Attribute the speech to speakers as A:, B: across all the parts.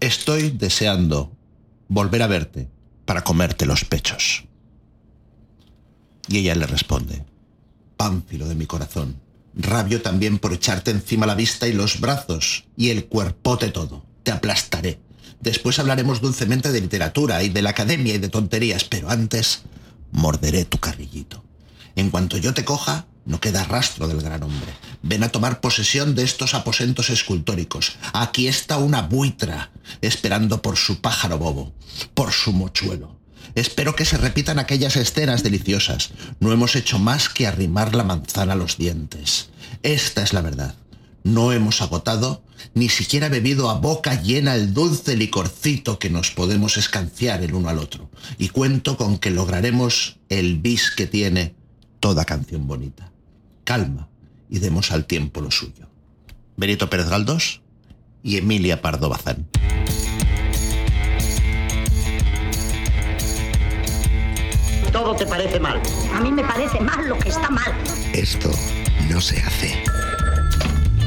A: Estoy deseando volver a verte para comerte los pechos. Y ella le responde, Pánfilo de mi corazón, rabio también por echarte encima la vista y los brazos y el cuerpote todo. Te aplastaré. Después hablaremos dulcemente de literatura y de la academia y de tonterías, pero antes morderé tu carrillito. En cuanto yo te coja, no queda rastro del gran hombre. Ven a tomar posesión de estos aposentos escultóricos. Aquí está una buitra, esperando por su pájaro bobo, por su mochuelo. Espero que se repitan aquellas escenas deliciosas. No hemos hecho más que arrimar la manzana a los dientes. Esta es la verdad. No hemos agotado, ni siquiera bebido a boca llena el dulce licorcito que nos podemos escanciar el uno al otro. Y cuento con que lograremos el bis que tiene toda canción bonita. Calma y demos al tiempo lo suyo. Benito Pérez Galdós y Emilia Pardo Bazán.
B: Todo te parece mal.
C: A mí me parece mal lo que está mal.
D: Esto no se hace.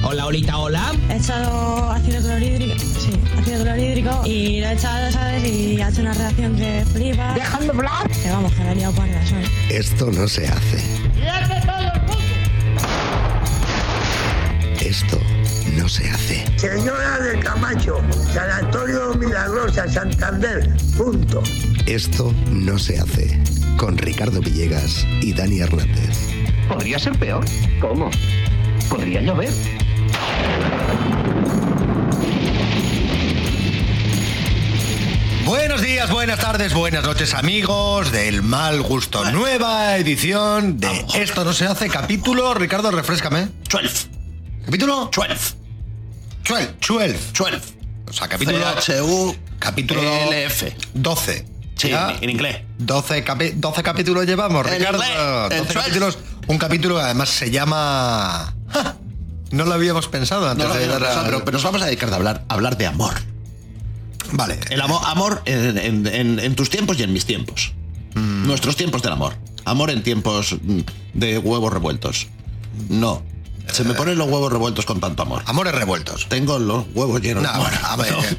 E: Hola, ahorita, hola.
F: He echado ácido clorhídrico, sí, ácido clorhídrico y lo he echado, ¿sabes? Y ha hecho una reacción que flipa.
C: Dejando hablar.
F: Que vamos, que la he liado parda, ¿sabes?
D: Esto no se hace. Esto no se hace.
G: Señora del Camacho, Sanatorio Milagrosa, Santander, punto.
D: Esto no se hace. Con Ricardo Villegas y Dani Hernández.
H: Podría ser peor.
I: ¿Cómo?
H: Podría llover.
D: Buenos días, buenas tardes, buenas noches amigos del mal gusto. Nueva edición de Esto no se hace, capítulo, Ricardo, refrescame.
A: 12,
D: Capítulo
A: 12,
D: 12. 12.
A: 12.
D: O sea, capítulo,
A: CHU,
D: capítulo
A: LF.
D: 12.
A: Sí,
D: Ya
A: en, en inglés.
D: 12, capi- 12 capítulos llevamos,
A: En
D: Ricardo.
A: inglés, en 12.
D: 12 capítulos. Un capítulo que además se llama... ¡Ja! No lo habíamos pensado antes
A: No lo
D: de
A: había
D: dar a-
A: pensado, pero, pero nos vamos a dedicar a hablar, a hablar de amor.
D: Vale.
A: El amor, amor en, en- en- en tus tiempos y en mis tiempos. Nuestros tiempos del amor. Amor en tiempos mm, de huevos revueltos. No. Se me ponen los huevos revueltos con tanto amor.
D: Amores revueltos.
A: Tengo los huevos llenos
D: No,
A: de amor.
D: bueno, a ver,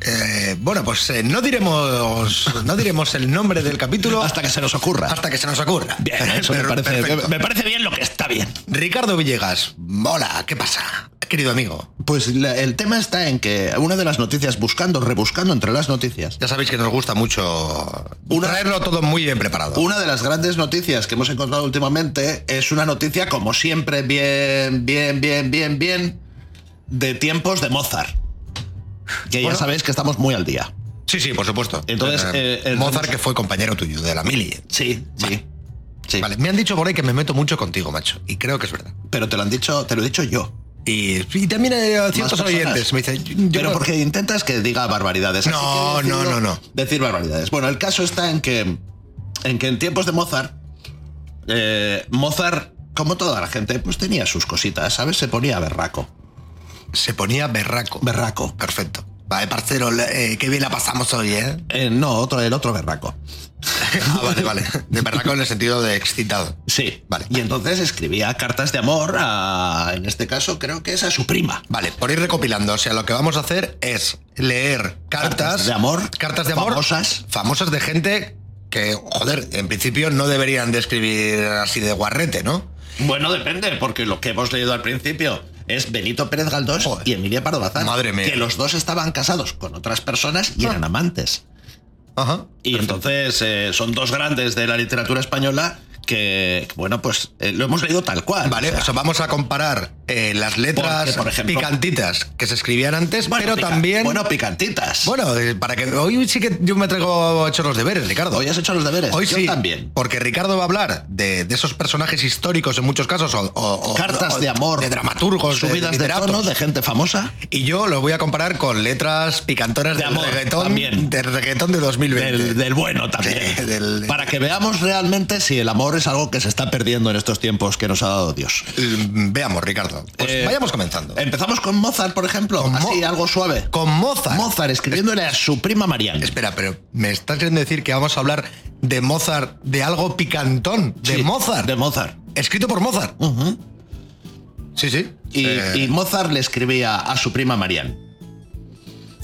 D: eh, bueno, pues eh, no diremos no diremos el nombre del capítulo
A: Hasta que se nos ocurra.
D: hasta que se nos ocurra.
A: Bien, eso me
D: Pero-
A: parece,
D: perfecto.
A: me parece bien lo que está bien.
D: Ricardo Villegas, hola, ¿qué pasa? Querido amigo,
A: Pues la- el tema está en que una de las noticias, buscando, rebuscando entre las noticias,
D: ya sabéis que nos gusta mucho
A: Una-
D: traerlo todo muy bien preparado.
A: Una de las grandes noticias que hemos encontrado últimamente es una noticia, como siempre, bien, bien, bien, bien, bien, de tiempos de Mozart. Que ya
D: Bueno.
A: sabéis que estamos muy al día.
D: Sí, sí, por supuesto.
A: Entonces, eh, el-
D: Mozart, que fue compañero tuyo de la mili.
A: Sí, sí. Sí.
D: Vale, me han dicho por ahí que me meto mucho contigo, macho, y creo que es verdad.
A: Pero te lo han dicho, te lo he dicho yo.
D: Y, y también eh, ciertos
A: personas.
D: oyentes me dicen, yo
A: Pero
D: creo-
A: porque intentas que diga barbaridades. así
D: No,
A: que he decidido
D: no, no, no.
A: Decir barbaridades. Bueno, el caso está en que en que en tiempos de Mozart, eh, Mozart, como toda la gente, pues tenía sus cositas, ¿sabes? Se ponía berraco.
D: se ponía berraco.
A: Berraco.
D: Perfecto. Vale, parcero, eh, qué bien la pasamos hoy, ¿eh?
A: Eh, no, otro, el otro berraco.
D: Ah, vale, vale. De berraco en el sentido de excitado.
A: Sí,
D: Vale.
A: Y entonces escribía cartas de amor a, en este caso creo que es a su prima.
D: Vale, por ir recopilando, o sea, lo que vamos a hacer es leer cartas,
A: Cartas de amor,
D: cartas de amor
A: famosas.
D: famosas de gente que, joder, en principio no deberían de escribir así de guarrete, ¿no?
A: Bueno, depende, porque lo que hemos leído al principio es Benito Pérez Galdós
D: Joder.
A: y Emilia Pardo Bazán.
D: Madre mía.
A: Que los dos estaban casados con otras personas y eran amantes.
D: Ajá.
A: Y entonces eh, son dos grandes de la literatura española que, bueno, pues eh, lo hemos leído tal cual.
D: Vale, o
A: o sea,
D: sea, vamos a comparar eh, las letras
A: Porque, por ejemplo-
D: picantitas que se escribían antes,
A: bueno,
D: pero
A: pica-
D: también...
A: Bueno, picantitas.
D: bueno, eh, para que hoy sí que yo me traigo hechos los deberes, Ricardo.
A: Hoy has hecho los deberes.
D: Hoy
A: Yo
D: sí,
A: también.
D: porque Ricardo va a hablar de, de esos personajes históricos en muchos casos, o, o- o-
A: Cartas
D: o-
A: de amor.
D: de dramaturgos, de
A: Subidas de,
D: literatos.
A: tono de gente famosa.
D: Y yo lo voy a comparar con letras picantoras
A: De
D: del
A: amor,
D: reggaetón,
A: también.
D: del reggaetón de 2020.
A: Del, del bueno también.
D: Sí, del-
A: Para que veamos realmente si el amor es algo que se está perdiendo en estos tiempos que nos ha dado Dios.
D: Eh, Veamos, Ricardo. Pues
A: Eh,
D: vayamos comenzando.
A: Empezamos con Mozart, por ejemplo.
D: Con Mo-
A: Así, algo suave.
D: con Mozart.
A: Mozart escribiéndole a su prima Marianne.
D: Espera, pero me estás queriendo decir que vamos a hablar de Mozart, de algo picantón, de
A: Sí,
D: Mozart,
A: De Mozart.
D: escrito por Mozart. Sí, sí.
A: Y,
D: Eh,
A: y Mozart le escribía a su prima Marianne.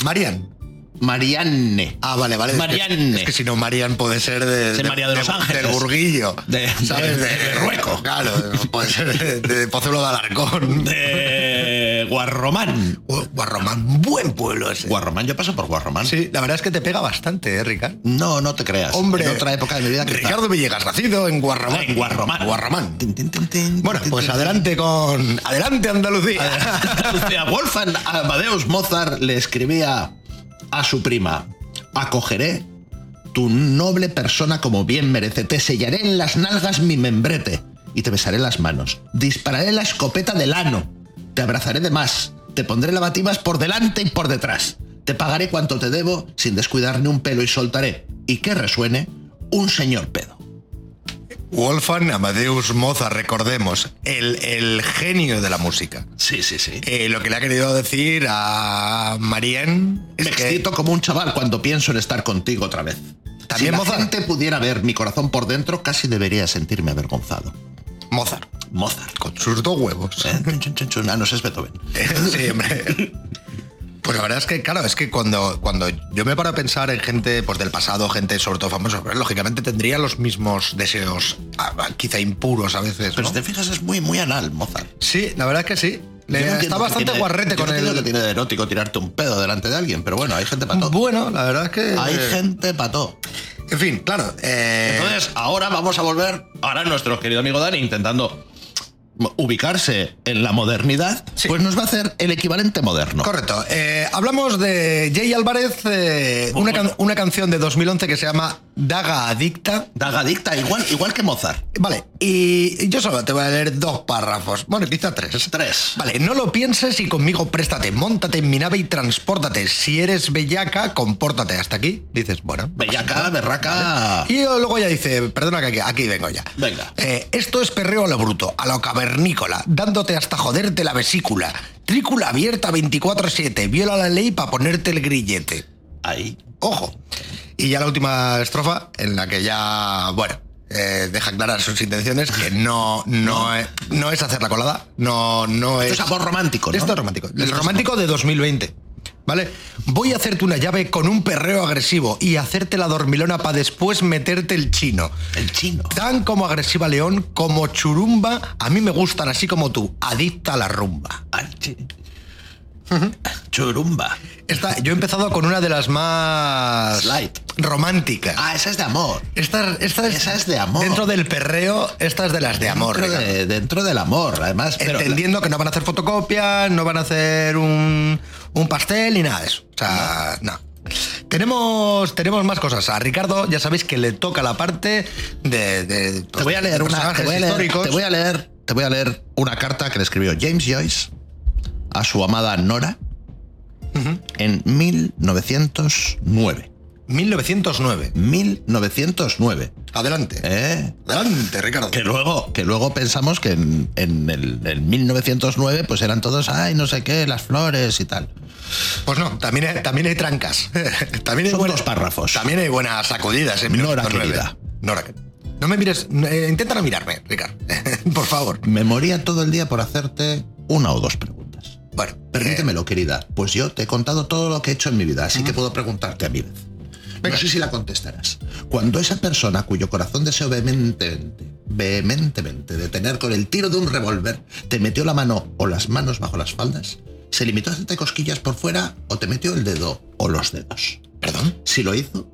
D: Marian.
A: Marianne.
D: Ah, vale, vale. Es que-
A: Marianne.
D: Es que, si no, Marian puede ser de.
A: Ser María de Los Ángeles.
D: Del Burguillo.
A: De-
D: ¿Sabes?
A: de- de Berrueco.
D: Claro, puede ser de, de Pozuelo de Alarcón.
A: De Guarromán.
D: Gu- Guarromán, buen pueblo ese.
A: Guarromán, yo paso por Guarromán.
D: Sí, la verdad es que te pega bastante, ¿eh, Ricardo?
A: No, no te creas.
D: Hombre,
A: En otra época de mi vida que
D: Ricardo Villegas, nacido en Guarromán.
A: En Guarromán.
D: Guarromán.
A: Tin, tin, tin, tin,
D: Bueno,
A: tin,
D: pues
A: tin,
D: adelante con. Adelante, Andalucía.
A: Andalucía. Wolfgang Amadeus Mozart le escribía a su prima: Acogeré tu noble persona como bien merece, te sellaré en las nalgas mi membrete y te besaré las manos, dispararé la escopeta del ano, te abrazaré de más, te pondré lavativas por delante y por detrás, te pagaré cuanto te debo sin descuidar ni un pelo y soltaré, y que resuene, un señor pedo.
D: Wolfgang Amadeus Mozart, recordemos, el, el genio de la música.
A: Sí, sí, sí.
D: Eh, lo que le ha querido decir a Marianne es
A: Me
D: que-
A: excito como un chaval cuando pienso en estar contigo otra vez.
D: También
A: si la
D: Mozart.
A: gente pudiera ver mi corazón por dentro, casi debería sentirme avergonzado.
D: Mozart,
A: Mozart.
D: con sus dos huevos.
A: Eh, chun, chun, chun, chun. Ah, no, ese es Beethoven.
D: sí, hombre. Pues la verdad es que, claro, es que cuando, cuando yo me paro a pensar en gente pues, del pasado, gente sobre todo famosa, pues, lógicamente tendría los mismos deseos, a- a- quizá impuros a veces.
A: Pero
D: ¿no?
A: si te fijas, es muy, muy anal, Mozart.
D: Sí, la verdad es que sí. Le-
A: Yo no entiendo
D: está
A: qué
D: bastante
A: tiene-
D: guarrete
A: yo
D: con
A: no entiendo
D: el...
A: que tiene de erótico tirarte un pedo delante de alguien, pero bueno, hay gente para todo.
D: Bueno, la verdad es que...
A: Hay
D: eh,
A: gente para todo.
D: En fin, claro. eh,
A: Entonces, ahora vamos a volver, ahora nuestro querido amigo Dani intentando ubicarse en la modernidad,
D: Sí.
A: pues nos va a hacer el equivalente moderno.
D: Correcto. Eh, hablamos de Jay Álvarez, eh, una, can- una canción de 2011 que se llama Daga Adicta.
A: Dagadicta, igual, igual que Mozart.
D: Vale, y yo solo te voy a leer dos párrafos. Bueno, quizá tres.
A: Tres.
D: Vale, no lo pienses y conmigo préstate, móntate en mi nave y transpórtate. Si eres bellaca, compórtate. Hasta aquí dices, bueno.
A: Bellaca, berraca.
D: Y luego ya dice, perdona que aquí, aquí vengo ya.
A: Venga.
D: Eh, esto es perreo a lo bruto, a lo cavernícola, dándote hasta joderte la vesícula. Trícula abierta 24-7, viola la ley para ponerte el grillete.
A: Ahí.
D: Ojo. Y ya la última estrofa, en la que ya, bueno, eh, deja claras sus intenciones, que no, no, es, no es hacer la colada, no, no es...
A: Esto es amor romántico, ¿no?
D: Esto es romántico. El
A: Esto es
D: romántico de 2020. ¿Vale? Voy a hacerte una llave con un perreo agresivo y hacerte la dormilona para después meterte el chino.
A: El chino.
D: Tan como agresiva León, como churumba, a mí me gustan así como tú, adicta a la rumba.
A: Al chi- Churumba.
D: Esta, yo he empezado con una de las más
A: Light.
D: románticas.
A: Ah, esa es de amor.
D: Esta, esta es,
A: Esa es de amor.
D: Dentro del perreo, esta es de las de amor.
A: Dentro,
D: Ricardo.
A: de- dentro del amor, además. pero-
D: Entendiendo que no van a hacer fotocopias, no van a hacer un, un pastel ni nada de eso. O sea, no. Tenemos, tenemos más cosas. A Ricardo ya sabéis que le toca la parte de... de,
A: te voy a leer
D: de
A: una. Te
D: personajes
A: voy a leer,
D: históricos.
A: te voy a leer. te voy a leer una carta que le escribió James Joyce a su amada Nora en 1909.
D: 1909.
A: 1909.
D: Adelante.
A: ¿Eh?
D: Adelante, Ricardo.
A: Que luego, que luego pensamos que en, en el, en 1909 pues eran todos, ay, no sé qué, las flores y tal.
D: Pues no, también hay, también hay trancas. también hay
A: Son
D: buenas-
A: dos párrafos.
D: También hay buenas sacudidas en
A: Nora
D: 1909.
A: querida.
D: Nora, que- no me mires, eh, intenta no mirarme, Ricardo. Por favor.
A: Me moría todo el día por hacerte una o dos preguntas.
D: Bueno,
A: Permítemelo, querida. Pues yo te he contado todo lo que he hecho en mi vida, así que puedo preguntarte a mi vez. No
D: Venga.
A: sé si la contestarás. Cuando esa persona cuyo corazón deseó vehementemente, vehementemente detener con el tiro de un revólver, te metió la mano o las manos bajo las faldas, se limitó a hacerte cosquillas por fuera o te metió el dedo o los dedos.
D: eh, perdón.
A: Si lo hizo,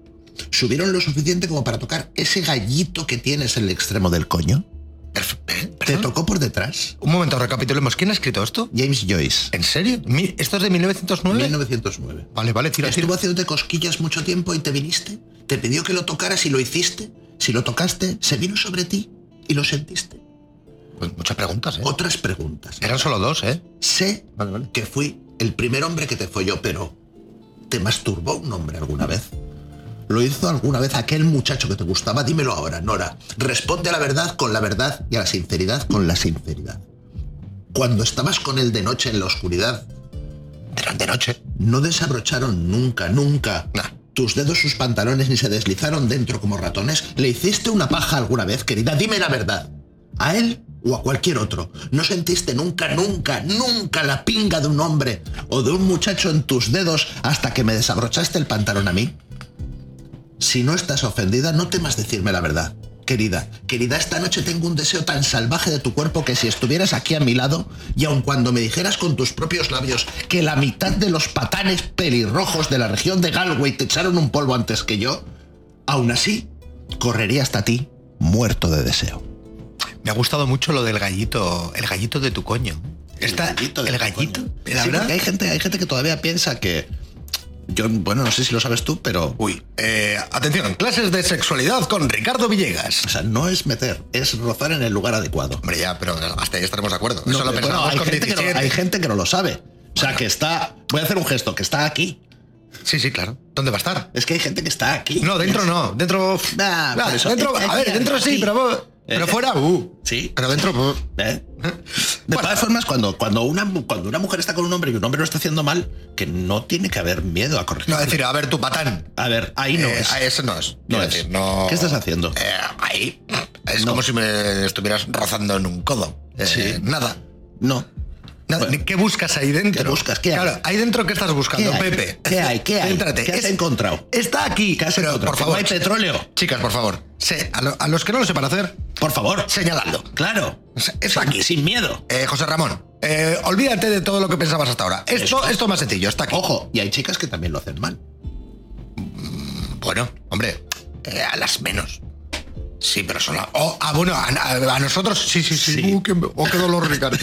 A: ¿subieron lo suficiente como para tocar ese gallito que tienes en el extremo del coño?
D: Perf- eh,
A: ¿Te
D: perdón.
A: tocó por detrás?
D: Un momento, recapitulemos. ¿Quién ha escrito esto?
A: James Joyce,
D: ¿En serio? Mi- ¿Esto es de 1909?
A: 1909.
D: Vale, vale, tira, tira.
A: Estuvo haciéndote cosquillas mucho tiempo y te viniste. Te pidió que lo tocaras y lo hiciste. Si lo tocaste, se vino sobre ti y lo sentiste.
D: Pues muchas preguntas, ¿eh?
A: Otras preguntas.
D: Eran solo dos, ¿eh?
A: Sé
D: Vale, vale.
A: que fui el primer hombre que te folló, pero ¿te masturbó un hombre alguna vez? ¿Lo hizo alguna vez aquel muchacho que te gustaba? Dímelo ahora, Nora. Responde a la verdad con la verdad y a la sinceridad con la sinceridad. Cuando estabas con él de noche en la oscuridad,
D: De, de noche.
A: no desabrocharon nunca, nunca
D: No.
A: tus dedos sus pantalones ni se deslizaron dentro como ratones. ¿Le hiciste una paja alguna vez, querida? Dime la verdad. a él o a cualquier otro. No sentiste nunca, nunca, nunca la pinga de un hombre o de un muchacho en tus dedos hasta que me desabrochaste el pantalón a mí. Si no estás ofendida, no temas decirme la verdad. Querida, querida, esta noche tengo un deseo tan salvaje de tu cuerpo que si estuvieras aquí a mi lado, y aun cuando me dijeras con tus propios labios que la mitad de los patanes pelirrojos de la región de Galway te echaron un polvo antes que yo, aún así, correría hasta ti muerto de deseo.
D: Me ha gustado mucho lo del gallito, el gallito de tu coño. Está, el gallito.
A: de tu coño.
D: la
A: Sí,
D: verdad.
A: porque hay gente, hay gente que todavía piensa que. Yo, bueno, no sé si lo sabes tú, pero.
D: Uy, eh, atención, clases de sexualidad con Ricardo Villegas.
A: O sea, no es meter, es rozar en el lugar adecuado.
D: Hombre, ya, pero hasta ahí estaremos de acuerdo.
A: No,
D: Eso lo
A: pero bueno,
D: pensábamos
A: hay,
D: con
A: gente que no,
D: 17.
A: hay gente que no lo sabe. O sea, que está. Voy a hacer un gesto, que está aquí.
D: Sí, sí, claro. ¿Dónde va a estar?
A: Es que hay gente que está aquí.
D: No, dentro no. Dentro.
A: Ah, por eso.
D: dentro-
A: Eh,
D: a ver,
A: eh,
D: dentro sí,
A: sí.
D: pero, vos- pero
A: Eh,
D: fuera, uh.
A: sí.
D: Pero dentro, uh.
A: ¿Eh? De
D: Bueno.
A: todas formas, cuando, cuando, una, mu- cuando una mujer está con un hombre y un hombre lo está haciendo mal, que no tiene que haber miedo a corregir.
D: No, es decir, a ver, tu patán.
A: a ver, ahí no
D: Eh,
A: es.
D: ah, Eso no es.
A: No
D: Quiero
A: es.
D: decir, no-
A: ¿Qué estás haciendo?
D: Eh, ahí. Es
A: No.
D: como si me estuvieras rozando en un codo. Eh,
A: Sí.
D: Nada.
A: No.
D: Nada.
A: Bueno.
D: ¿Qué buscas ahí dentro?
A: ¿Qué buscas? ¿Qué hay?
D: claro, ahí dentro, ¿qué estás buscando,
A: ¿Qué hay?
D: Pepe?
A: ¿Qué hay? ¿Qué hay?
D: Céntrate.
A: ¿Qué has
D: Es-
A: encontrado?
D: Está aquí.
A: ¿Qué has
D: Pero,
A: encontrado?
D: por
A: ¿Que
D: favor.
A: no hay petróleo?
D: Chicas, por favor. se- a, lo- a los que no lo sepan hacer,
A: Por favor.
D: señaladlo.
A: Claro.
D: Se- Está aquí.
A: Sin miedo.
D: Eh, José Ramón, eh, olvídate de todo lo que pensabas hasta ahora. Esto,
A: Eso.
D: esto es más sencillo, está aquí.
A: Ojo, y hay chicas que también lo hacen mal.
D: Bueno, hombre, eh, a las menos. Sí, pero son las... Oh, ah, bueno, a, a- a nosotros... Sí, sí, sí.
A: Sí.
D: Uh, qué, oh, qué dolor, Ricardo.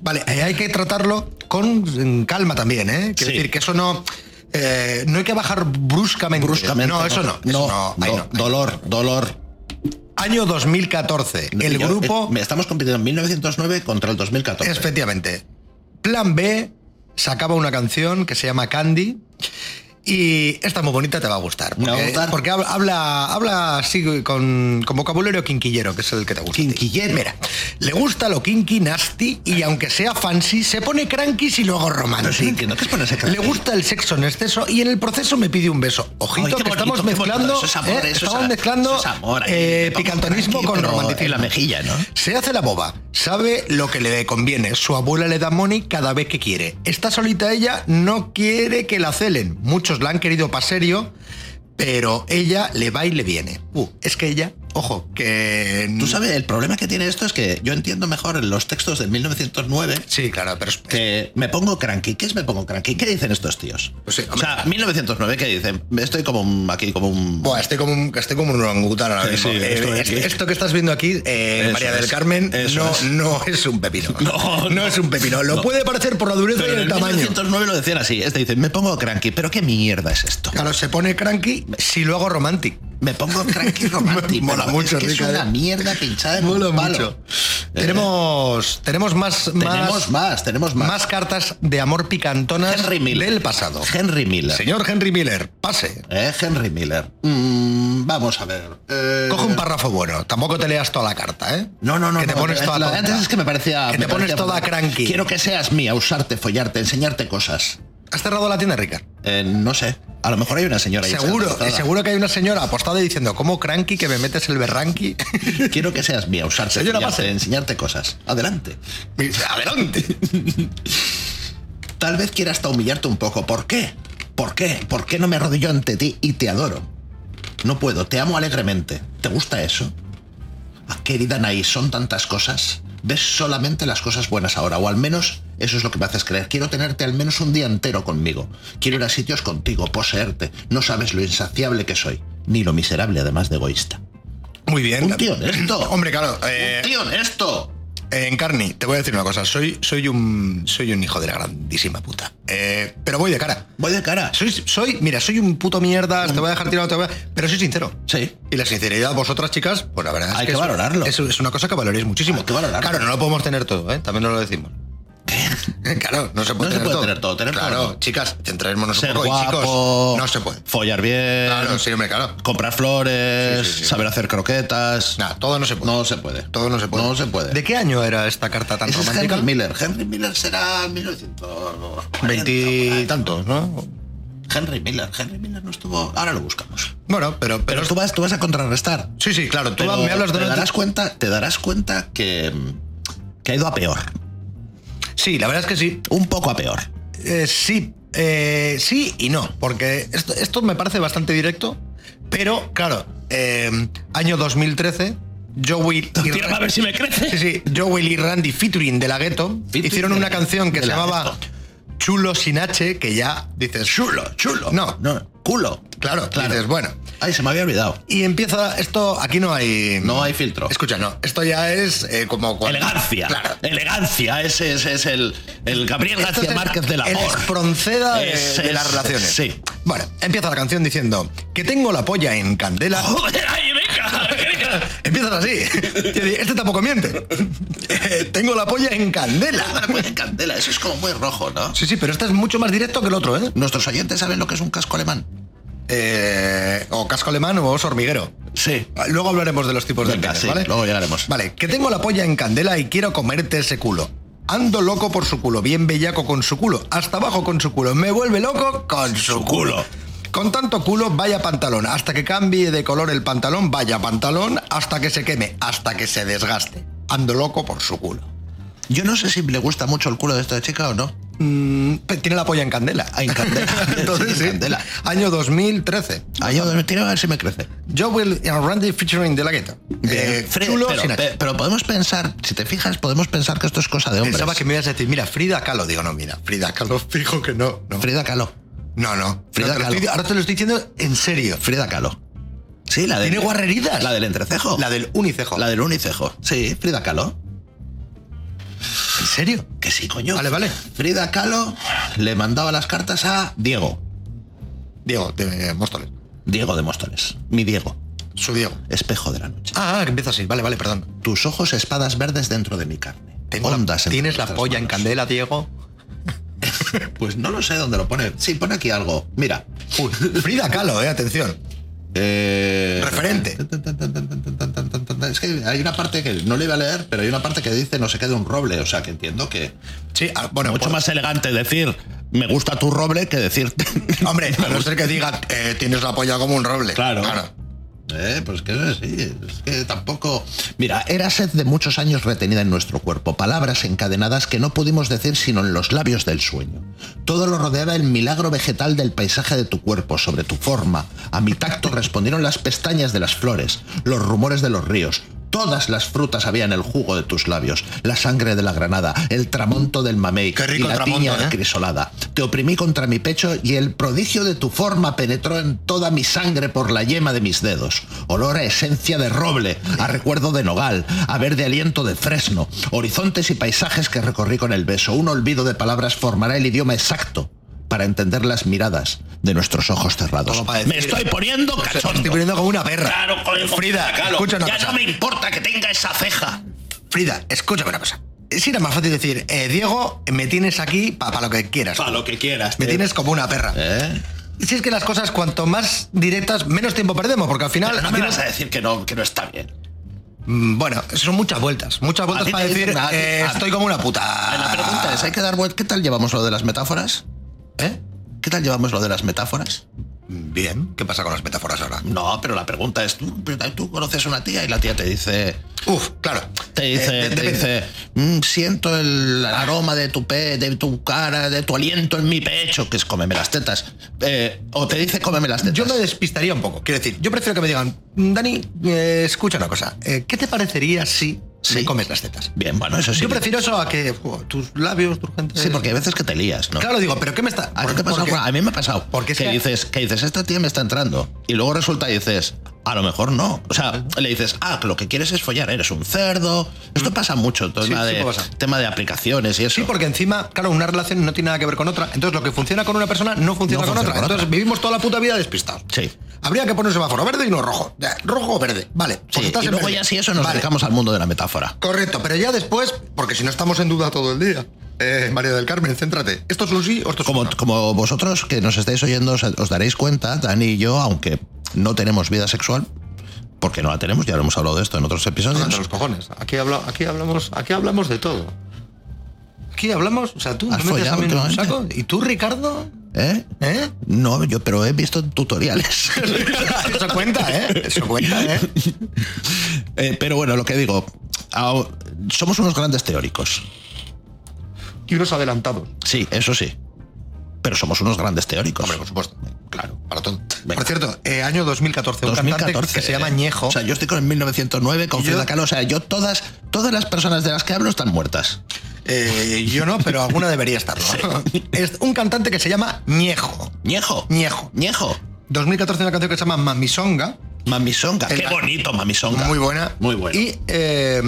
D: vale, eh, hay que tratarlo con calma también, ¿eh? Quiero
A: Sí.
D: decir que eso no... eh, no hay que bajar bruscamente.
A: Bruscamente.
D: No, eso no. eso
A: No,
D: ahí
A: no,
D: no.
A: dolor, dolor.
D: Año 2014. el
A: Yo-
D: grupo...
A: eh, me estamos compitiendo en 1909 contra el 2014.
D: Efectivamente. Plan B sacaba una canción que se llama Candy. Y esta muy bonita te va a gustar.
A: Me
D: Porque,
A: va a gustar.
D: porque hab- habla, habla así con, con vocabulario quinquillero, que es el que te gusta. a ti.
A: Quinquillero.
D: Mira, le gusta lo kinky nasty y aunque sea fancy, se pone cranky y luego romántico.
A: Pero sí, entiendo, ¿qué es ponerse cranky?
D: Le gusta el sexo en exceso y en el proceso me pide un beso. Ojito,
A: Ay, qué
D: que estamos
A: bonito, qué bonito.
D: mezclando,
A: Eso es amor, eso
D: ¿eh?
A: es
D: estamos
A: a-
D: mezclando
A: eso es amor, ahí,
D: eh,
A: le pongo
D: picantonismo
A: cranky,
D: con eh,
A: pero
D: romanticismo.
A: en la mejilla, ¿no?
D: Se hace la boba, sabe lo que le conviene, su abuela le da money cada vez que quiere. Está solita ella, no quiere que la celen. Muchos la han querido pa' serio, pero ella le va y le viene. Uh, es que ella, ojo, que...
A: Tú sabes, el problema que tiene esto es que yo entiendo mejor en los textos de 1909
D: Sí, claro, pero es-
A: que me pongo cranky. ¿Qué es me pongo cranky? ¿Qué dicen estos tíos?
D: Pues sí, hombre.
A: o sea, 1909, ¿qué dicen? Estoy como un- aquí, como un...
D: Buah, estoy como un, estoy como un orangután ahora
A: Sí,
D: mismo.
A: sí,
D: Eh,
A: estoy
D: est-
A: aquí.
D: esto, que estás viendo aquí, eh,
A: Eso
D: María del
A: es,
D: Carmen,
A: eso
D: no,
A: es.
D: no es un pepino.
A: No, no.
D: es un pepino. Lo
A: No.
D: puede parecer por la dureza
A: Pero
D: y
A: en
D: el
A: el
D: tamaño.
A: 1909 lo decían así. Este dice, me pongo cranky, pero ¿qué mierda es esto?
D: Claro, se pone cranky si lo hago romántico.
A: Me pongo cranky romántico.
D: Mola
A: pero
D: mucho,
A: es que
D: Ricardo.
A: Es una mierda pinchada en
D: Mola
A: un palo.
D: mucho.
A: Eh,
D: Tenemos, tenemos más,
A: tenemos
D: más,
A: más, tenemos más.
D: más cartas de amor picantonas
A: Henry Miller.
D: del pasado.
A: Henry Miller.
D: Señor Henry Miller, pase.
A: Eh, Henry Miller. Mm, vamos a ver. eh,
D: Coge un párrafo bueno. Tampoco te leas toda la carta, ¿eh?
A: No, no, no.
D: Que te
A: no,
D: pones
A: la-
D: toda
A: la-
D: tonta.
A: Antes es que me parecía.
D: Que
A: me
D: te pones
A: parecía-
D: toda cranky.
A: Quiero que seas mía, usarte, follarte, enseñarte cosas.
D: ¿Has cerrado la tienda, Ricard?
A: Eh, no sé. A lo mejor hay una señora ahí
D: Seguro,
A: sentada.
D: seguro que hay una señora apostada y diciendo, ¿cómo cranky que me metes el berranqui?
A: Quiero que seas mía, usarte,
D: Señora,
A: follarte,
D: pase.
A: enseñarte cosas. Adelante.
D: Adelante.
A: Tal vez quiera hasta humillarte un poco. ¿Por qué? ¿Por qué? ¿Por qué no me arrodillo ante ti y te adoro? No puedo, te amo alegremente. ¿Te gusta eso? Ah, querida Anaí, son tantas cosas. Ves solamente las cosas buenas ahora, o al menos eso es lo que me haces creer. Quiero tenerte al menos un día entero conmigo. Quiero ir a sitios contigo, poseerte. No sabes lo insaciable que soy, ni lo miserable, además de egoísta.
D: Muy bien.
A: Un tío honesto.
D: Hombre, claro. eh,
A: ¡Un tío honesto!
D: Eh, Encarni, te voy a decir una cosa. Soy, soy, un, soy un hijo de la grandísima puta. Eh, pero voy de cara.
A: Voy de cara.
D: Soy, soy, mira, soy un puto mierda, te voy a dejar tirado, te voy a... Pero soy sincero.
A: Sí.
D: Y la sinceridad, vosotras, chicas, pues la verdad es
A: Hay
D: que
A: que
D: es-
A: valorarlo.
D: Es, es una cosa que valoréis muchísimo.
A: Hay que valorarlo.
D: Claro, no lo podemos tener todo, ¿eh? También nos lo decimos. Claro, no se puede,
A: No se
D: tener,
A: puede
D: todo.
A: tener todo, tener
D: claro,
A: todo no.
D: chicas, centrémonos un
A: Ser
D: poco. y,
A: guapo. Eh,
D: chicos, no se puede.
A: Follar bien.
D: Claro, sí, hombre, claro.
A: comprar flores,
D: Sí, sí, sí.
A: saber hacer croquetas.
D: Nada, todo no se puede.
A: No se puede.
D: Todo no se puede.
A: No se puede.
D: ¿De qué año era esta carta tan
A: Ese es
D: romántica?
A: Henry Miller. Henry Miller será 1940.
D: Veintitantos, ¿no?
A: Henry Miller. Henry Miller no estuvo. Ahora lo buscamos.
D: Bueno, pero, pero,
A: Pero tú vas, tú vas a contrarrestar.
D: Sí, sí, claro. Tú
A: Pero
D: me hablas de
A: te
D: una-
A: darás cuenta, te darás cuenta que, mm, que ha ido a peor.
D: Sí, la verdad es que sí.
A: Un poco a peor.
D: Eh, sí, eh, sí y no, porque esto, esto me parece bastante directo, pero claro, eh, año 2013, Joey y,
E: Tírame a ver si me crece.
D: sí, sí, Joey y Randy featuring de la Ghetto
A: Featuring
D: hicieron
A: de
D: una
A: la-
D: canción que
A: de
D: se
A: la
D: llamaba
A: Ghetto.
D: Chulo sin H, que ya dices, chulo, chulo. No,
A: No, culo.
D: claro,
A: Claro.
D: dices, bueno.
A: Ay, se me había olvidado.
D: Y empieza esto, aquí no hay...
A: No hay filtro.
D: Escucha, no, esto ya es eh, como...
A: Pues,
D: cuando-
A: Elegancia.
D: Claro.
A: Elegancia. Ese, ese es el, el Gabriel
D: Esto
A: García
D: es el-
A: Márquez del
D: El
A: amor.
D: espronceda de,
A: Es-
D: de
A: es-
D: las relaciones.
A: sí.
D: Bueno, empieza la canción diciendo que tengo la polla en candela.
A: Joder, ay, venga.
D: Empiezas así. Este tampoco miente. Eh, tengo la polla en candela.
A: Muy en candela, eso es como muy rojo, ¿no?
D: Sí, sí, pero este es mucho más directo que el otro, ¿eh?
A: Nuestros oyentes saben lo que es un casco alemán.
D: Eh, o casco alemán o oso hormiguero.
A: Sí.
D: Luego hablaremos de los tipos de
A: Pues Venga,
D: penes,
A: sí,
D: ¿vale?
A: luego llegaremos.
D: Vale, que tengo la polla en candela y quiero comerte ese culo. Ando loco por su culo, bien bellaco con su culo, hasta abajo con su culo, me vuelve loco con su culo. Con tanto culo, vaya pantalón, hasta que cambie de color el pantalón, vaya pantalón, hasta que se queme, hasta que se desgaste. Ando loco por su culo.
A: Yo no sé si le gusta mucho el culo de esta chica o no.
D: Mm, pe- tiene la polla en candela.
A: Ah, en candela.
D: Entonces,
A: Sí, en
D: sí.
A: candela.
D: Año 2013.
A: Ahí donde me tiro a ver si me crece.
D: Joel y Randy featuring De La Guetta.
A: Bien,
D: Eh,
A: Fred,
D: chulo
A: pero,
D: sin H.
A: pe- pero podemos pensar, si te fijas, podemos pensar que esto es cosa de hombres.
D: Pensaba que me ibas a decir, mira, Frida Kahlo. Digo, no, mira, Frida Kahlo, fijo que no. No,
A: Frida Kahlo.
D: no. no.
A: Frida
D: No, te lo
A: Kahlo.
D: estoy- ahora te lo estoy diciendo en serio.
A: Frida Kahlo. Sí, la de.
D: ¿Tiene guarreridas?
A: La del entrecejo.
D: La del unicejo.
A: La del unicejo. Sí, Frida Kahlo.
D: ¿En serio?
A: Que sí, coño.
D: Vale, vale.
A: Frida Kahlo le mandaba las cartas a Diego.
D: Diego, de eh, Móstoles.
A: Diego de Móstoles. Mi Diego.
D: Su Diego.
A: Espejo de la noche.
D: Ah, ah, que empieza así. Vale, vale, perdón.
A: Tus ojos, espadas verdes dentro de mi carne.
D: Tengo la-
A: Ondas entre
D: ¿Tienes la
A: nuestras
D: polla en
A: manos.
D: candela, Diego?
A: Pues no lo sé dónde lo pone. Sí, pone aquí algo. Mira.
D: Uy, Frida Kahlo, eh, atención.
A: Eh,
D: Referente.
A: Es que hay una parte que no le iba a leer, pero hay una parte que dice no se quede un roble. O sea, que entiendo que.
D: Sí, ah, bueno,
A: Mucho
D: pues-
A: más elegante decir me gusta tu roble que decir.
D: Hombre, a no ser que diga, eh, tienes la polla como un roble.
A: Claro. Eh, pues que no, sí, es que tampoco. Mira, era sed de muchos años retenida en nuestro cuerpo, palabras encadenadas que no pudimos decir sino en los labios del sueño. Todo lo rodeaba el milagro vegetal del paisaje de tu cuerpo, sobre tu forma. A mi tacto respondieron las pestañas de las flores, los rumores de los ríos. Todas las frutas había en el jugo de tus labios, la sangre de la granada, el tramonto del mamey
D: Qué rico
A: y la
D: tramonto,
A: tiña
D: ¿eh?
A: acrisolada. Te oprimí contra mi pecho y el prodigio de tu forma penetró en toda mi sangre por la yema de mis dedos. Olor a esencia de roble, a recuerdo de nogal, a verde aliento de fresno, horizontes y paisajes que recorrí con el beso. Un olvido de palabras formará el idioma exacto para entender las miradas de nuestros ojos cerrados.
D: Como para decir-
A: Me estoy poniendo cachondo.
D: Estoy poniendo como una perra.
A: Claro, coño,
D: Frida,
A: claro.
D: escucha una
A: Ya
D: cosa.
A: no me importa que tenga esa ceja.
D: Frida, escúchame una cosa. Si era más fácil decir, eh, Diego, me tienes aquí para lo que quieras.
A: Para lo que quieras.
D: Me
A: tío.
D: tienes como una perra.
A: ¿Eh?
D: Si es que las cosas cuanto más directas, menos tiempo perdemos, porque al final...
A: Pero no
D: al
A: me
D: final-
A: vas a decir que no, que no está bien.
D: Mm, bueno, son muchas vueltas. Muchas
A: A
D: vueltas
A: ti
D: para
A: te
D: decir,
A: dicen, a ti-
D: eh,
A: a-
D: estoy como una puta.
A: La pregunta es, hay que dar vuelt- ¿Qué tal llevamos lo de las metáforas? ¿Eh? ¿Qué tal llevamos lo de las metáforas?
D: Bien, ¿qué pasa con las metáforas ahora?
A: No, pero la pregunta es, tú, pero tú conoces a una tía y la tía te dice...
D: Uf, claro.
A: Te dice,
D: Eh, de-
A: te
D: depende.
A: dice "Mm, siento el aroma de tu pe, de tu cara, de tu aliento en mi pecho, que es cómeme las tetas. Eh, o te dice cómeme las tetas.
D: Yo me despistaría un poco. Quiero decir, yo prefiero que me digan, Dani, eh, escucha una cosa. eh, ¿Qué te parecería si
A: Sí.
D: me comes las tetas?
A: Bien, bueno, eso sí.
D: yo prefiero eso a que jo, tus labios, tus gente.
A: Sí, porque hay veces que te lías, ¿no?
D: Claro, digo, ¿pero qué me está.?
A: ¿A, ti te ha pasado?
D: porque-
A: A mí me ha pasado.
D: porque es
A: que,
D: que-
A: dices, que dices, esta tía me está entrando. Y luego resulta y dices, a lo mejor no. O sea, le dices, ah, lo que quieres es follar, eres un cerdo. Esto pasa mucho, tema,
D: Mm. sí
A: de,
D: pasa.
A: tema de aplicaciones y eso.
D: Sí, porque encima, claro, una relación no tiene nada que ver con otra. Entonces, lo que funciona con una persona no funciona
A: No
D: con
A: funciona
D: otra.
A: con otra.
D: Entonces, vivimos toda la puta vida despistados.
A: Sí.
D: Habría que poner un semáforo verde y no rojo. Ya, Rojo o verde. Vale. pues
A: Sí,
D: estás
A: y
D: en
A: luego
D: verde.
A: ya si eso nos
D: Vale.
A: dejamos al mundo de la metáfora.
D: Correcto, pero ya después, porque si no estamos en duda todo el día. Eh, María del Carmen, céntrate. ¿Esto es un sí o esto es un
A: Como,
D: no?
A: como vosotros que nos estáis oyendo os, os daréis cuenta, Dani y yo, aunque no tenemos vida sexual, porque no la tenemos, ya lo hemos hablado de esto en otros
D: Anda,
A: episodios.
D: los cojones. Aquí, habla- aquí hablamos, aquí hablamos de todo. aquí hablamos, o sea, tú me
A: ¿Has
D: metes
A: follado
D: a mí en un
A: últimamente?
D: saco y tú, Ricardo,
A: ¿Eh?
D: ¿eh?
A: No, yo, pero he visto tutoriales.
D: Eso cuenta, ¿eh? Eso cuenta, ¿eh?
A: Eh, pero bueno, lo que digo, ao- somos unos grandes teóricos.
D: Y unos adelantados.
A: Sí, eso sí. Pero somos unos grandes teóricos.
D: Hombre, por supuesto. Claro, para todo.
A: Venga.
D: Por cierto, eh, año 2014, un cantante que se
A: eh.
D: llama Ñejo.
A: O sea, yo estoy con el 1909, con
D: Y yo-
A: Frida Kahlo. O sea, yo todas, todas las personas de las que hablo están muertas.
D: Eh, yo no, pero alguna debería estarlo. Es un cantante que se llama Ñejo.
A: Ñejo.
D: Ñejo.
A: Ñejo.
D: 2014 una canción que se llama Mamisonga.
A: Mamisonga.
D: El-
A: Qué bonito, Mamisonga.
D: Muy buena.
A: Muy buena.
D: Y eh,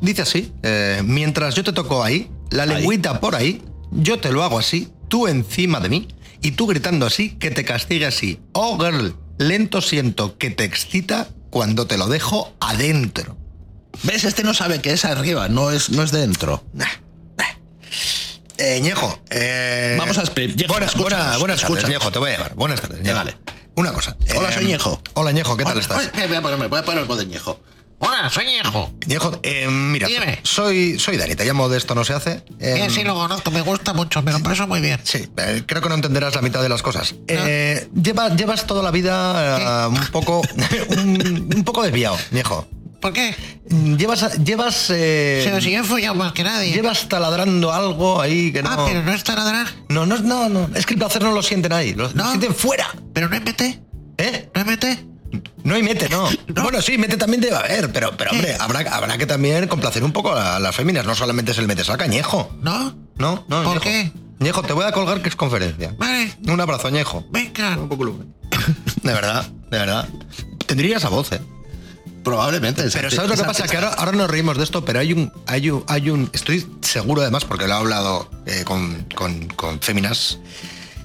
D: dice así: eh, Mientras yo te toco ahí, la
A: Ahí.
D: lengüita por ahí, yo te lo hago así, tú encima de mí, y tú gritando así, que te castigue así. Oh, girl, lento siento que te excita cuando te lo dejo adentro.
A: ¿Ves? Este no sabe que es arriba, no es, no es dentro.
D: Eh, Ñejo, eh,
A: Vamos a expli- Ñejo,
D: buena,
A: escúchanos,
D: buena- buenas
A: escúchanos.
D: tardes, Ñejo, te voy a llevar. Buenas tardes, Ñejo.
A: Vale.
D: Una cosa. eh,
A: Hola, soy Ñejo.
D: Hola, Ñejo, ¿qué tal
A: Oye,
D: estás?
A: oye, me voy a ponerme, voy a poner voz de Ñejo.
I: Hola, soy Ñejo.
D: Ñejo, eh, mira,
I: Dime.
D: soy, soy Dani, te llamo de Esto No Se Hace. Eh,
I: Eh, sí, lo conozco, me gusta mucho, me lo paso muy bien.
D: Sí, eh, creo que no entenderás la mitad de las cosas. Eh, lleva- llevas toda la vida eh, un poco un, un poco desviado, viejo.
I: ¿Por qué?
D: Eh, Llevas llevas eh,
I: Se lo siguen follando más que nadie.
D: llevas taladrando algo ahí que no.
I: Ah, pero no es taladrar.
D: no, no, no, no, es que el placer no lo sienten ahí, lo, lo
I: ¿No?
D: sienten fuera,
I: Pero no es meter,
D: ¿eh?
I: no es meter.
D: No y mete, no. Bueno, sí, mete también debe haber, pero pero hombre, habrá habrá que también complacer un poco a las féminas, no solamente es el mete saca, Ñejo.
I: ¿No?
D: No, no,
I: ¿Por
D: Ñejo.
I: qué?
D: Ñejo, te voy a colgar que es conferencia.
I: Vale,
D: Un abrazo, Ñejo.
I: venga.
D: De verdad, de verdad. Tendría esa voz, ¿eh?
A: Probablemente.
D: Pero
A: Esa-
D: ¿sabes lo que
A: esa-
D: pasa? Que ahora, ahora nos reímos de esto, pero hay un, hay un, hay un- estoy seguro además, porque lo he hablado eh, con, con, con féminas,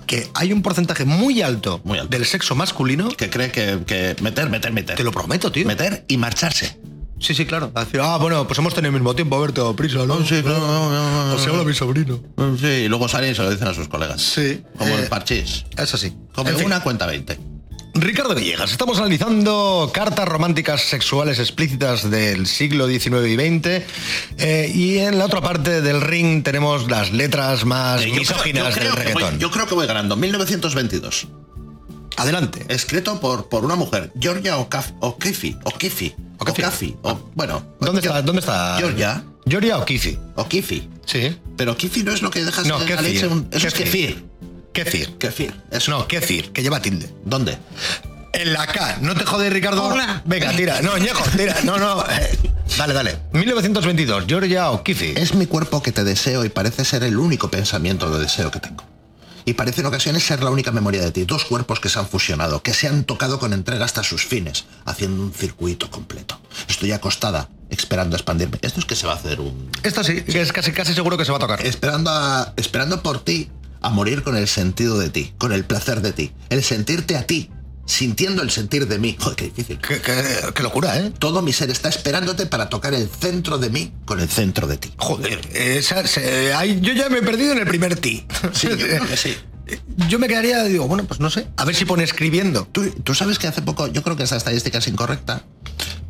D: que hay un porcentaje muy alto,
A: Muy alto.
D: del sexo masculino,
A: Que cree que, que meter, meter, meter.
D: te lo prometo, tío.
A: Meter y marcharse.
D: Sí, sí, claro. A decir, ah, bueno, pues hemos tenido el mismo tiempo, a ver, te da prisa, ¿no? Ah. O se habla mi sobrino.
A: Sí, y luego salen y se lo dicen a sus colegas.
D: Sí.
A: Como
D: Eh,
A: el parchís.
D: Eso sí.
A: Como
D: En fin.
A: una cuenta 20.
D: Ricardo Villegas, estamos analizando cartas románticas sexuales explícitas del siglo XIX y XX. eh, y en la otra parte del ring tenemos las letras más
A: Eh, yo creo-
D: misóginas
A: yo creo
D: del
A: que voy-
D: reggaetón.
A: yo creo que voy ganando. 1922.
D: Adelante.
A: Escrito por, por una mujer, Georgia O'Caf- O'Keeffe. O'Keeffe.
D: O'Keeffe.
A: O'Keeffe. O- bueno.
D: Ah. ¿Dónde
A: Yo-
D: está? ¿Dónde está?
A: Georgia
D: Georgia o Kifi.
A: O'Keeffe.
D: Sí.
A: Pero Kifi no es lo que dejas
D: No,
A: en la
D: kefir.
A: leche. un- eso es
D: Kefir.
A: kefir.
D: Kefir.
A: Kefir. Eso.
D: No, Kefir, que lleva tilde.
A: ¿Dónde?
D: En la K. No te jodes, Ricardo.
I: Hola.
D: Venga, tira. No, Ñejo, tira. No, no. eh, Dale, dale. 1922, Georgia o Kifi.
A: Es mi cuerpo que te deseo y parece ser el único pensamiento de deseo que tengo. Y parece en ocasiones ser la única memoria de ti. Dos cuerpos que se han fusionado, que se han tocado con entrega hasta sus fines, haciendo un circuito completo. Estoy acostada, esperando expandirme. Esto es que se va a hacer un...
D: Esta sí, que es casi, casi seguro que se va a tocar.
A: Esperando, a- esperando por ti, a morir con el sentido de ti, con el placer de ti, el sentirte a ti, sintiendo el sentir de mí. Joder, qué difícil.
D: Qué, qué- qué locura, ¿eh?
A: Todo mi ser está esperándote para tocar el centro de mí con el centro de ti.
D: Joder, esa- se- ahí yo ya me he perdido en el primer ti.
A: Sí, yo creo que sí.
D: Yo me quedaría, digo, bueno, pues no sé. A ver si pone escribiendo.
A: Tú, tú sabes que hace poco, yo creo que esa estadística es incorrecta,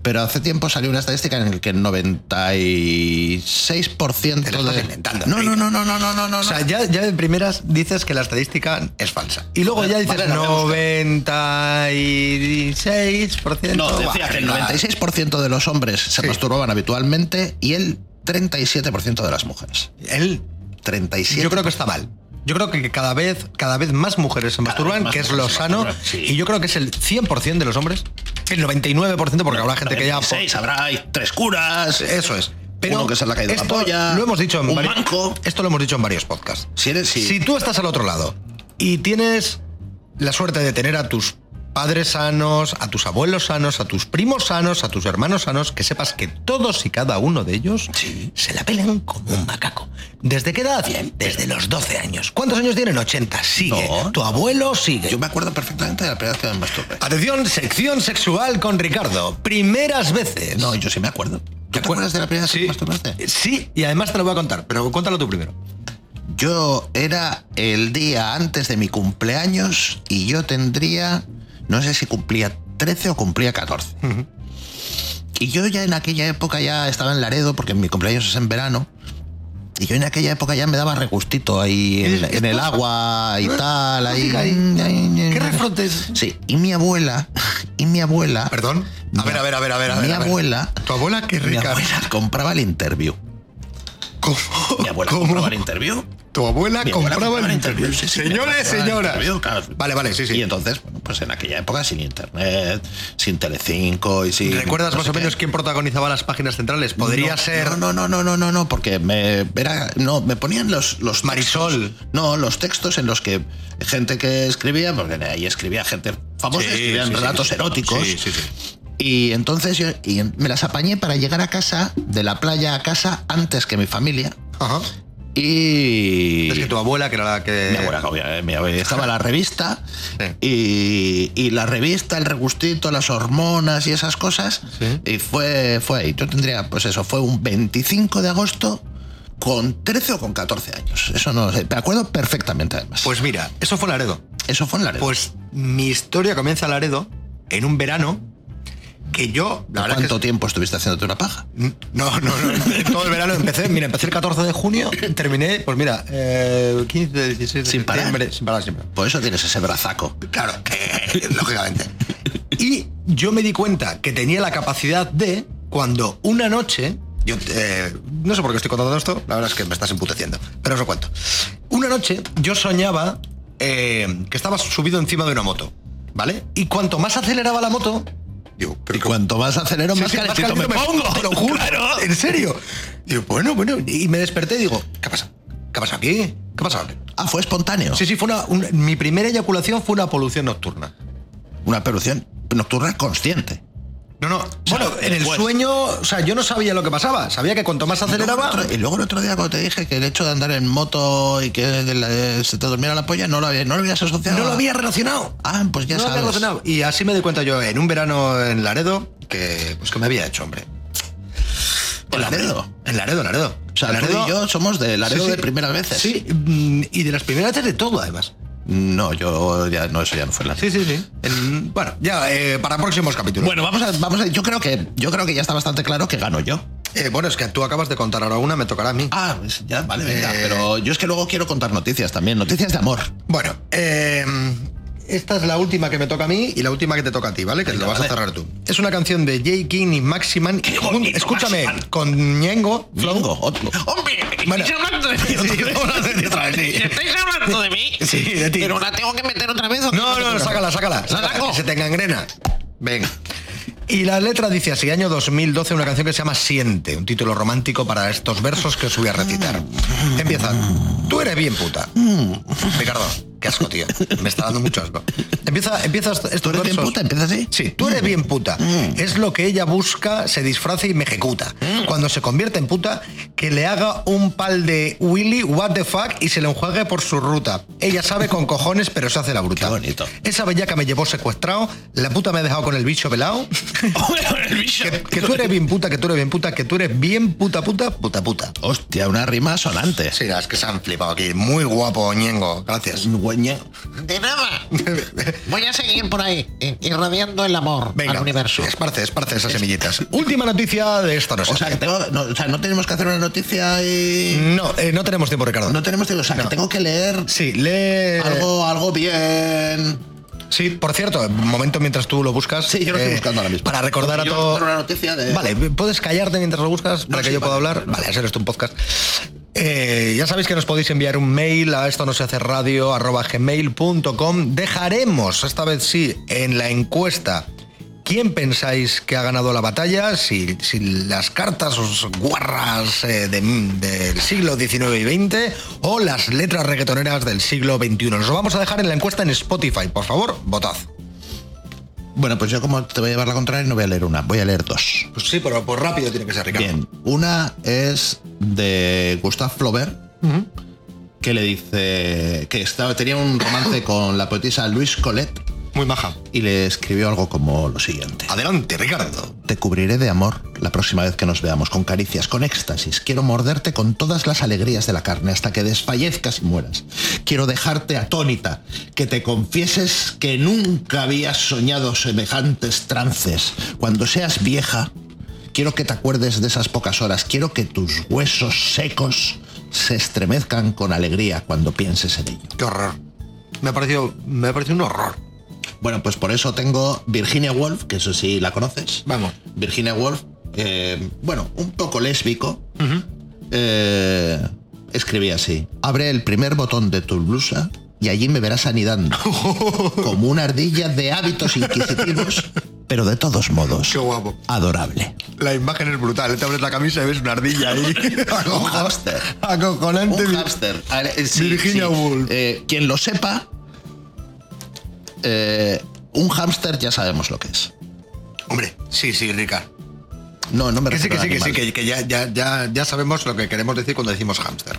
A: pero hace tiempo salió una estadística en la que el 96%
D: Te la estás
A: de...
D: inventando,
A: no,
D: Enrique.
A: no, no, no, no, no, no, no.
D: O sea, ya, ya de primeras dices que la estadística es falsa. Y luego ya dices
A: Vale, la voy a buscar.
D: 96%.
A: No, decía que el 96% de los hombres se
D: Sí.
A: masturbaban habitualmente y el 37% de las mujeres.
D: Él,
A: 37.
D: Eh, yo creo que está mal. Yo creo que cada vez, cada vez más mujeres se
A: Cada vez
D: masturban,
A: más
D: que es
A: mujeres
D: lo
A: se
D: sano.
A: masturban, sí.
D: Y yo creo que es el 100% de los hombres. El 99%, porque habrá gente que ya... por-
A: 96, habrá hay tres curas.
D: Eso es. Pero
A: Uno que se le ha caído la
D: esto
A: polla,
D: Lo hemos dicho en
A: un
D: varios-
A: banco.
D: Esto lo hemos dicho en varios podcasts.
A: Si eres si,
D: Si tú estás al otro lado y tienes la suerte de tener a tus padres sanos, a tus abuelos sanos, a tus primos sanos, a tus hermanos sanos, que sepas que todos y cada uno de ellos se la pelan como un macaco. ¿Desde qué edad? Desde los 12 años. ¿Cuántos años tienen? 80. Sigue.
A: No.
D: Tu abuelo sigue.
A: yo me acuerdo perfectamente de la primera vez que me masturbé.
D: Atención, sección sexual con Ricardo. Primeras veces.
A: No, yo sí me acuerdo. ¿Tú te acuerdas de la primera vez que te masturbaste?
D: Sí, y además te lo voy a contar, pero cuéntalo tú primero.
A: Yo era el día antes de mi cumpleaños y yo tendría, no sé si cumplía 13 o cumplía 14. Y yo ya en aquella época ya estaba en Laredo porque mi cumpleaños es en verano. Y yo en aquella época ya me daba regustito ahí en, en el agua y tal. Ahí,
D: ¿Qué refrontes?
A: Sí, y mi abuela, y mi abuela.
D: Perdón. A ver, a ver, a ver, a ver. a
A: Mi
D: ver, a ver.
A: abuela-
D: Tu abuela, qué
A: Mi
D: rica.
A: abuela compraba el interview.
D: ¿Cómo?
A: Mi abuela
D: ¿Cómo?
A: compraba el interview.
D: Tu abuela
A: Mi abuela
D: compraba el
A: interview,
D: interview.
A: sí, sí,
D: Señores,
A: compraba el
D: señoras.
A: interview, claro.
D: Vale, vale, sí,
A: Y
D: sí.
A: entonces, bueno, pues en aquella época sin internet, sin Telecinco y sin.
D: ¿Recuerdas
A: no
D: más
A: sé
D: o menos
A: qué.
D: quién protagonizaba las páginas centrales? Podría
A: No,
D: ser.
A: No, no, no, no, no, no, porque me era, no, me ponían los los
D: Marisol.
A: textos. no, los textos en los que gente que escribía, porque ahí escribía gente famosa,
D: Sí,
A: escribían
D: sí, sí.
A: relatos eróticos.
D: Sí, sí, sí.
A: Y entonces yo y en- me las apañé para llegar a casa, de la playa a casa, antes que mi familia.
D: Ajá.
A: Y.
D: Es que tu abuela, que era la que.
A: Mi abuela, obvia- eh, mi abuela, estaba la revista y, y la revista, el regustito, las hormonas y esas cosas.
D: Sí.
A: Y fue, fue ahí. Yo tendría, pues eso, fue un 25 de agosto con 13 o con 14 años. Eso no lo sé. Me acuerdo perfectamente, además.
D: Pues mira, eso fue Laredo.
A: eso fue en la
D: Pues mi historia comienza en Laredo en un verano que yo. La verdad es
A: ¿Cuánto
D: que-
A: tiempo estuviste haciéndote una paja?
D: No, no, no. Todo el verano empecé. Mira, empecé el 14 de junio, terminé, pues mira, eh, 15, 16 de
A: Sin parar.
D: septiembre, Sin parar, sin parar.
A: Por eso tienes ese brazaco.
D: Claro, lógicamente. Y yo me di cuenta que tenía la capacidad de, cuando una noche, yo eh, no sé por qué estoy contando esto, la verdad es que me estás emputeciendo, pero os lo cuento. Una noche yo soñaba eh, que estaba subido encima de una moto, ¿vale? Y cuanto más aceleraba la moto, digo, pero
A: y cuanto más acelero,
D: Sí,
A: más
D: sí,
A: calentito me,
D: calentito
A: pongo.
D: te lo juro, en serio. Digo, bueno, bueno, y me desperté y digo, ¿qué pasa? ¿Qué pasa aquí? ¿Qué pasa aquí?
A: Ah, fue espontáneo.
D: Sí, sí, fue una, un- mi primera eyaculación fue una polución nocturna.
A: Una percusión nocturna consciente.
D: No, no.
A: sea,
D: Bueno, en el
A: después.
D: sueño, o sea, yo no sabía lo que pasaba. Sabía que cuanto más
A: Y
D: aceleraba.
A: luego, el otro, y luego el otro día cuando te dije que el hecho de andar en moto y que de la- de- se te durmiera la polla, no lo, había- no lo habías asociado.
D: No lo
A: a-
D: había relacionado.
A: Ah, pues ya
D: No lo había
A: sabes.
D: relacionado. Y así me di cuenta yo en un verano en Laredo que, pues que me había hecho, hombre. Pues,
A: ¿En Laredo?
D: En Laredo, en Laredo.
A: O sea,
D: En
A: tú y yo somos de Laredo
D: Sí, sí.
A: de primeras veces.
D: Sí, mm, y de las primeras veces de todo, además.
A: No, yo ya no, eso ya no fue en Laredo.
D: Sí, sí, sí. En- bueno, ya, eh, para próximos capítulos.
A: Bueno, vamos a, vamos a- yo creo que yo creo que ya está bastante claro que gano yo.
D: Eh, bueno, es que tú acabas de contar ahora una, me tocará a mí.
A: Ah, pues ya, vale, venga.
D: Eh.
A: Pero yo es que luego quiero contar noticias también, noticias de amor.
D: Bueno, eh, esta es la última que me toca a mí y la última que te toca a ti, ¿vale? Que
A: Venga,
D: lo vas
A: vale.
D: a cerrar tú. Es una canción de J. King y Maximan. Y con- escúchame, con Ñengo. Flow.
A: Ñengo, otro.
I: ¡Hombre! ¿Estáis
D: Bueno.
I: hablando de mí otra vez? ¿Estáis hablando de mí?
D: Sí, de ti.
I: ¿Pero la tengo que meter otra vez o qué?
D: No, no, sácala, sácala. sácala,
I: saco?
D: que se te engangrena. Venga. Y la letra dice así, año 2012, una canción que se llama Siente, un título romántico para estos versos que os voy a recitar. Empieza. Tú eres bien puta. Ricardo, qué asco, tío. Me está dando mucho asco. Empieza, empieza est- estos
A: ¿Tú eres bien
D: versos.
A: puta? ¿Empieza así?
D: Sí, Mm. tú eres bien puta. Es lo que ella busca, se disfraza y me ejecuta. Cuando se convierte en puta, que le haga un pal de Willy, what the fuck, y se lo enjuague por su ruta. Ella sabe con cojones, pero se hace la bruta.
A: Qué bonito.
D: Esa bellaca me llevó secuestrado, la puta me ha dejado con el bicho pelado. que, que tú eres bien puta, que tú eres bien puta, que tú eres bien puta, puta, puta, puta.
A: Hostia, una rima sonante.
D: Sí, las que se han flipado aquí. Muy guapo, Ñengo. Gracias.
A: Ñe-
I: De nada. Voy a seguir por ahí, eh, irradiando el amor
D: Venga, Eh,
I: al universo.
D: Esparce, esparce esas semillitas. Última noticia de esta noche.
A: O sea, que tengo- no, o sea, no tenemos que hacer una noticia y...
D: no, eh, no tenemos tiempo, Ricardo.
A: No tenemos tiempo, o sea, que
D: No.
A: tengo que leer
D: Sí, lee.
A: algo, algo bien.
D: Sí, por cierto, un momento mientras tú lo buscas. eh,
A: Sí, yo lo estoy buscando ahora mismo.
D: Para recordar a
A: Yo
D: todo.
A: quiero dar una noticia de-
D: Vale, Eh, puedes callarte mientras lo buscas para que
A: sí,
D: yo pueda
A: vale.
D: hablar. Vale, hacer esto un podcast. Eh, ya sabéis que nos podéis enviar un mail a esto no se hace radio arroba gmail.com. Dejaremos, esta vez sí, en la encuesta. ¿Quién pensáis que ha ganado la batalla? Si, si las cartas os guarras eh, de- del siglo XIX y XX o las letras reggaetoneras del siglo XXI. Nos lo vamos a dejar en la encuesta en Spotify. Por favor, votad.
A: Bueno, pues yo como te voy a llevar la contraria, no voy a leer una, voy a leer dos.
D: Pues sí, pero por rápido tiene que ser Ricardo.
A: Bien, una es de Gustave Flaubert, que le dice que estaba, tenía un romance con la poetisa Louise Colette
D: Muy maja.
A: y le escribió algo como lo siguiente.
D: Adelante, Ricardo.
A: Te cubriré de amor la próxima vez que nos veamos, con caricias, con éxtasis. Quiero morderte con todas las alegrías de la carne hasta que desfallezcas y mueras. Quiero dejarte atónita, que te confieses que nunca habías soñado semejantes trances. Cuando seas vieja, quiero que te acuerdes de esas pocas horas. Quiero que tus huesos secos se estremezcan con alegría cuando pienses en ello.
D: Qué horror. Me ha parecido, me ha parecido un horror.
A: Bueno, pues por eso tengo Virginia Woolf, que eso sí la conoces.
D: Vamos.
A: Virginia Woolf, eh, bueno, un poco lésbico, eh, escribía así. Abre el primer botón de tu blusa y allí me verás anidando, como una ardilla de hábitos inquisitivos, pero de todos modos,
D: Qué guapo.
A: adorable.
D: La imagen es brutal. Te abres la camisa y ves una ardilla ahí.
A: Un hámster.
D: Acojonante.
A: Un hámster. A ver, eh, sí,
D: Virginia
A: sí.
D: Woolf.
A: Eh, quien lo sepa, eh, un hámster ya sabemos lo que es.
D: Hombre, sí, sí, Rica.
A: No, no me
D: Que sí, que
A: refiero
D: sí,
A: al
D: que sí,
A: animal.
D: que, que ya, ya, ya, ya sabemos lo que queremos decir cuando decimos hámster.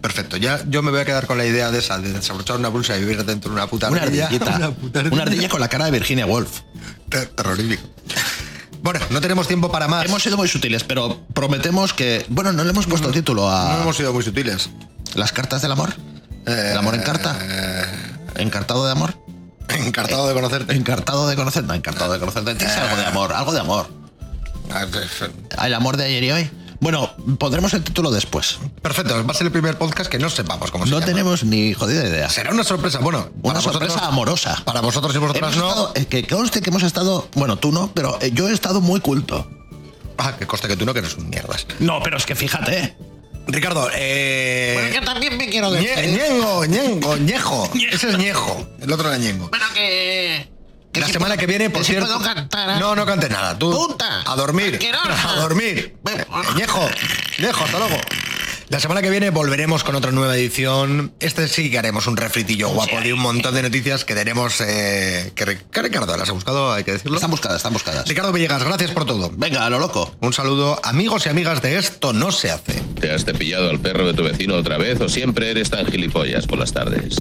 D: Perfecto, ya yo me voy a quedar con la idea de esa, de desabrochar una bolsa y vivir dentro de una puta
A: Una
D: ardilla.
A: ardillita.
D: Una puta
A: Una ardilla con la cara de Virginia Woolf.
D: Ter- Terrorífico. Bueno, no tenemos tiempo para más.
A: Hemos sido muy sutiles, pero prometemos que... Bueno, no le hemos puesto título a
D: No hemos sido muy sutiles.
A: las cartas del amor. Eh, El amor en carta. Eh. Encartado de amor. Eh.
D: Encartado de conocerte.
A: Encartado de conocer. No, encartado de conocerte. Es algo de amor, algo de amor.
D: Ah,
A: El amor de ayer y hoy. Bueno, pondremos el título después.
D: Perfecto, va a ser el primer podcast que no sepamos cómo se
A: No
D: llama.
A: tenemos ni jodida idea.
D: Será una sorpresa, bueno,
A: Una
D: para
A: sorpresa
D: vosotros-
A: amorosa.
D: Para vosotros y
A: Hemos
D: vosotras no.
A: estado- eh, que conste que hemos estado, bueno, tú no, pero eh, yo he estado muy culto.
D: Ah, que coste que tú no, que eres un mierdas.
A: No, pero es que fíjate.
D: Ricardo, eh.
I: Bueno, yo también me quiero
D: Ñe-
I: decir.
D: Ñengo, Ñengo, Ñejo. Ese es Ñejo. El otro era Ñengo.
I: Bueno, que. que
D: La
I: si
D: semana
I: puedo-
D: que viene, por
I: si
D: cierto.
I: puedo cantar, ¿eh?
D: No, no cantes nada. Tú.
I: Puta.
D: A dormir.
I: Asquerosa.
D: A dormir.
I: Bueno.
D: Ñejo, Ñejo, hasta luego. La semana que viene volveremos con otra nueva edición. Este sí que haremos un refritillo guapo de un montón de noticias que tenemos. eh, que, Ri- que Ricardo las ha buscado, hay que decirlo.
A: Están buscadas, están buscadas.
D: Ricardo Villegas, gracias por todo.
A: Venga, a lo loco.
D: Un saludo, amigos y amigas de Esto No Se Hace.
J: ¿Te has cepillado al perro de tu vecino otra vez o siempre eres tan gilipollas por las tardes?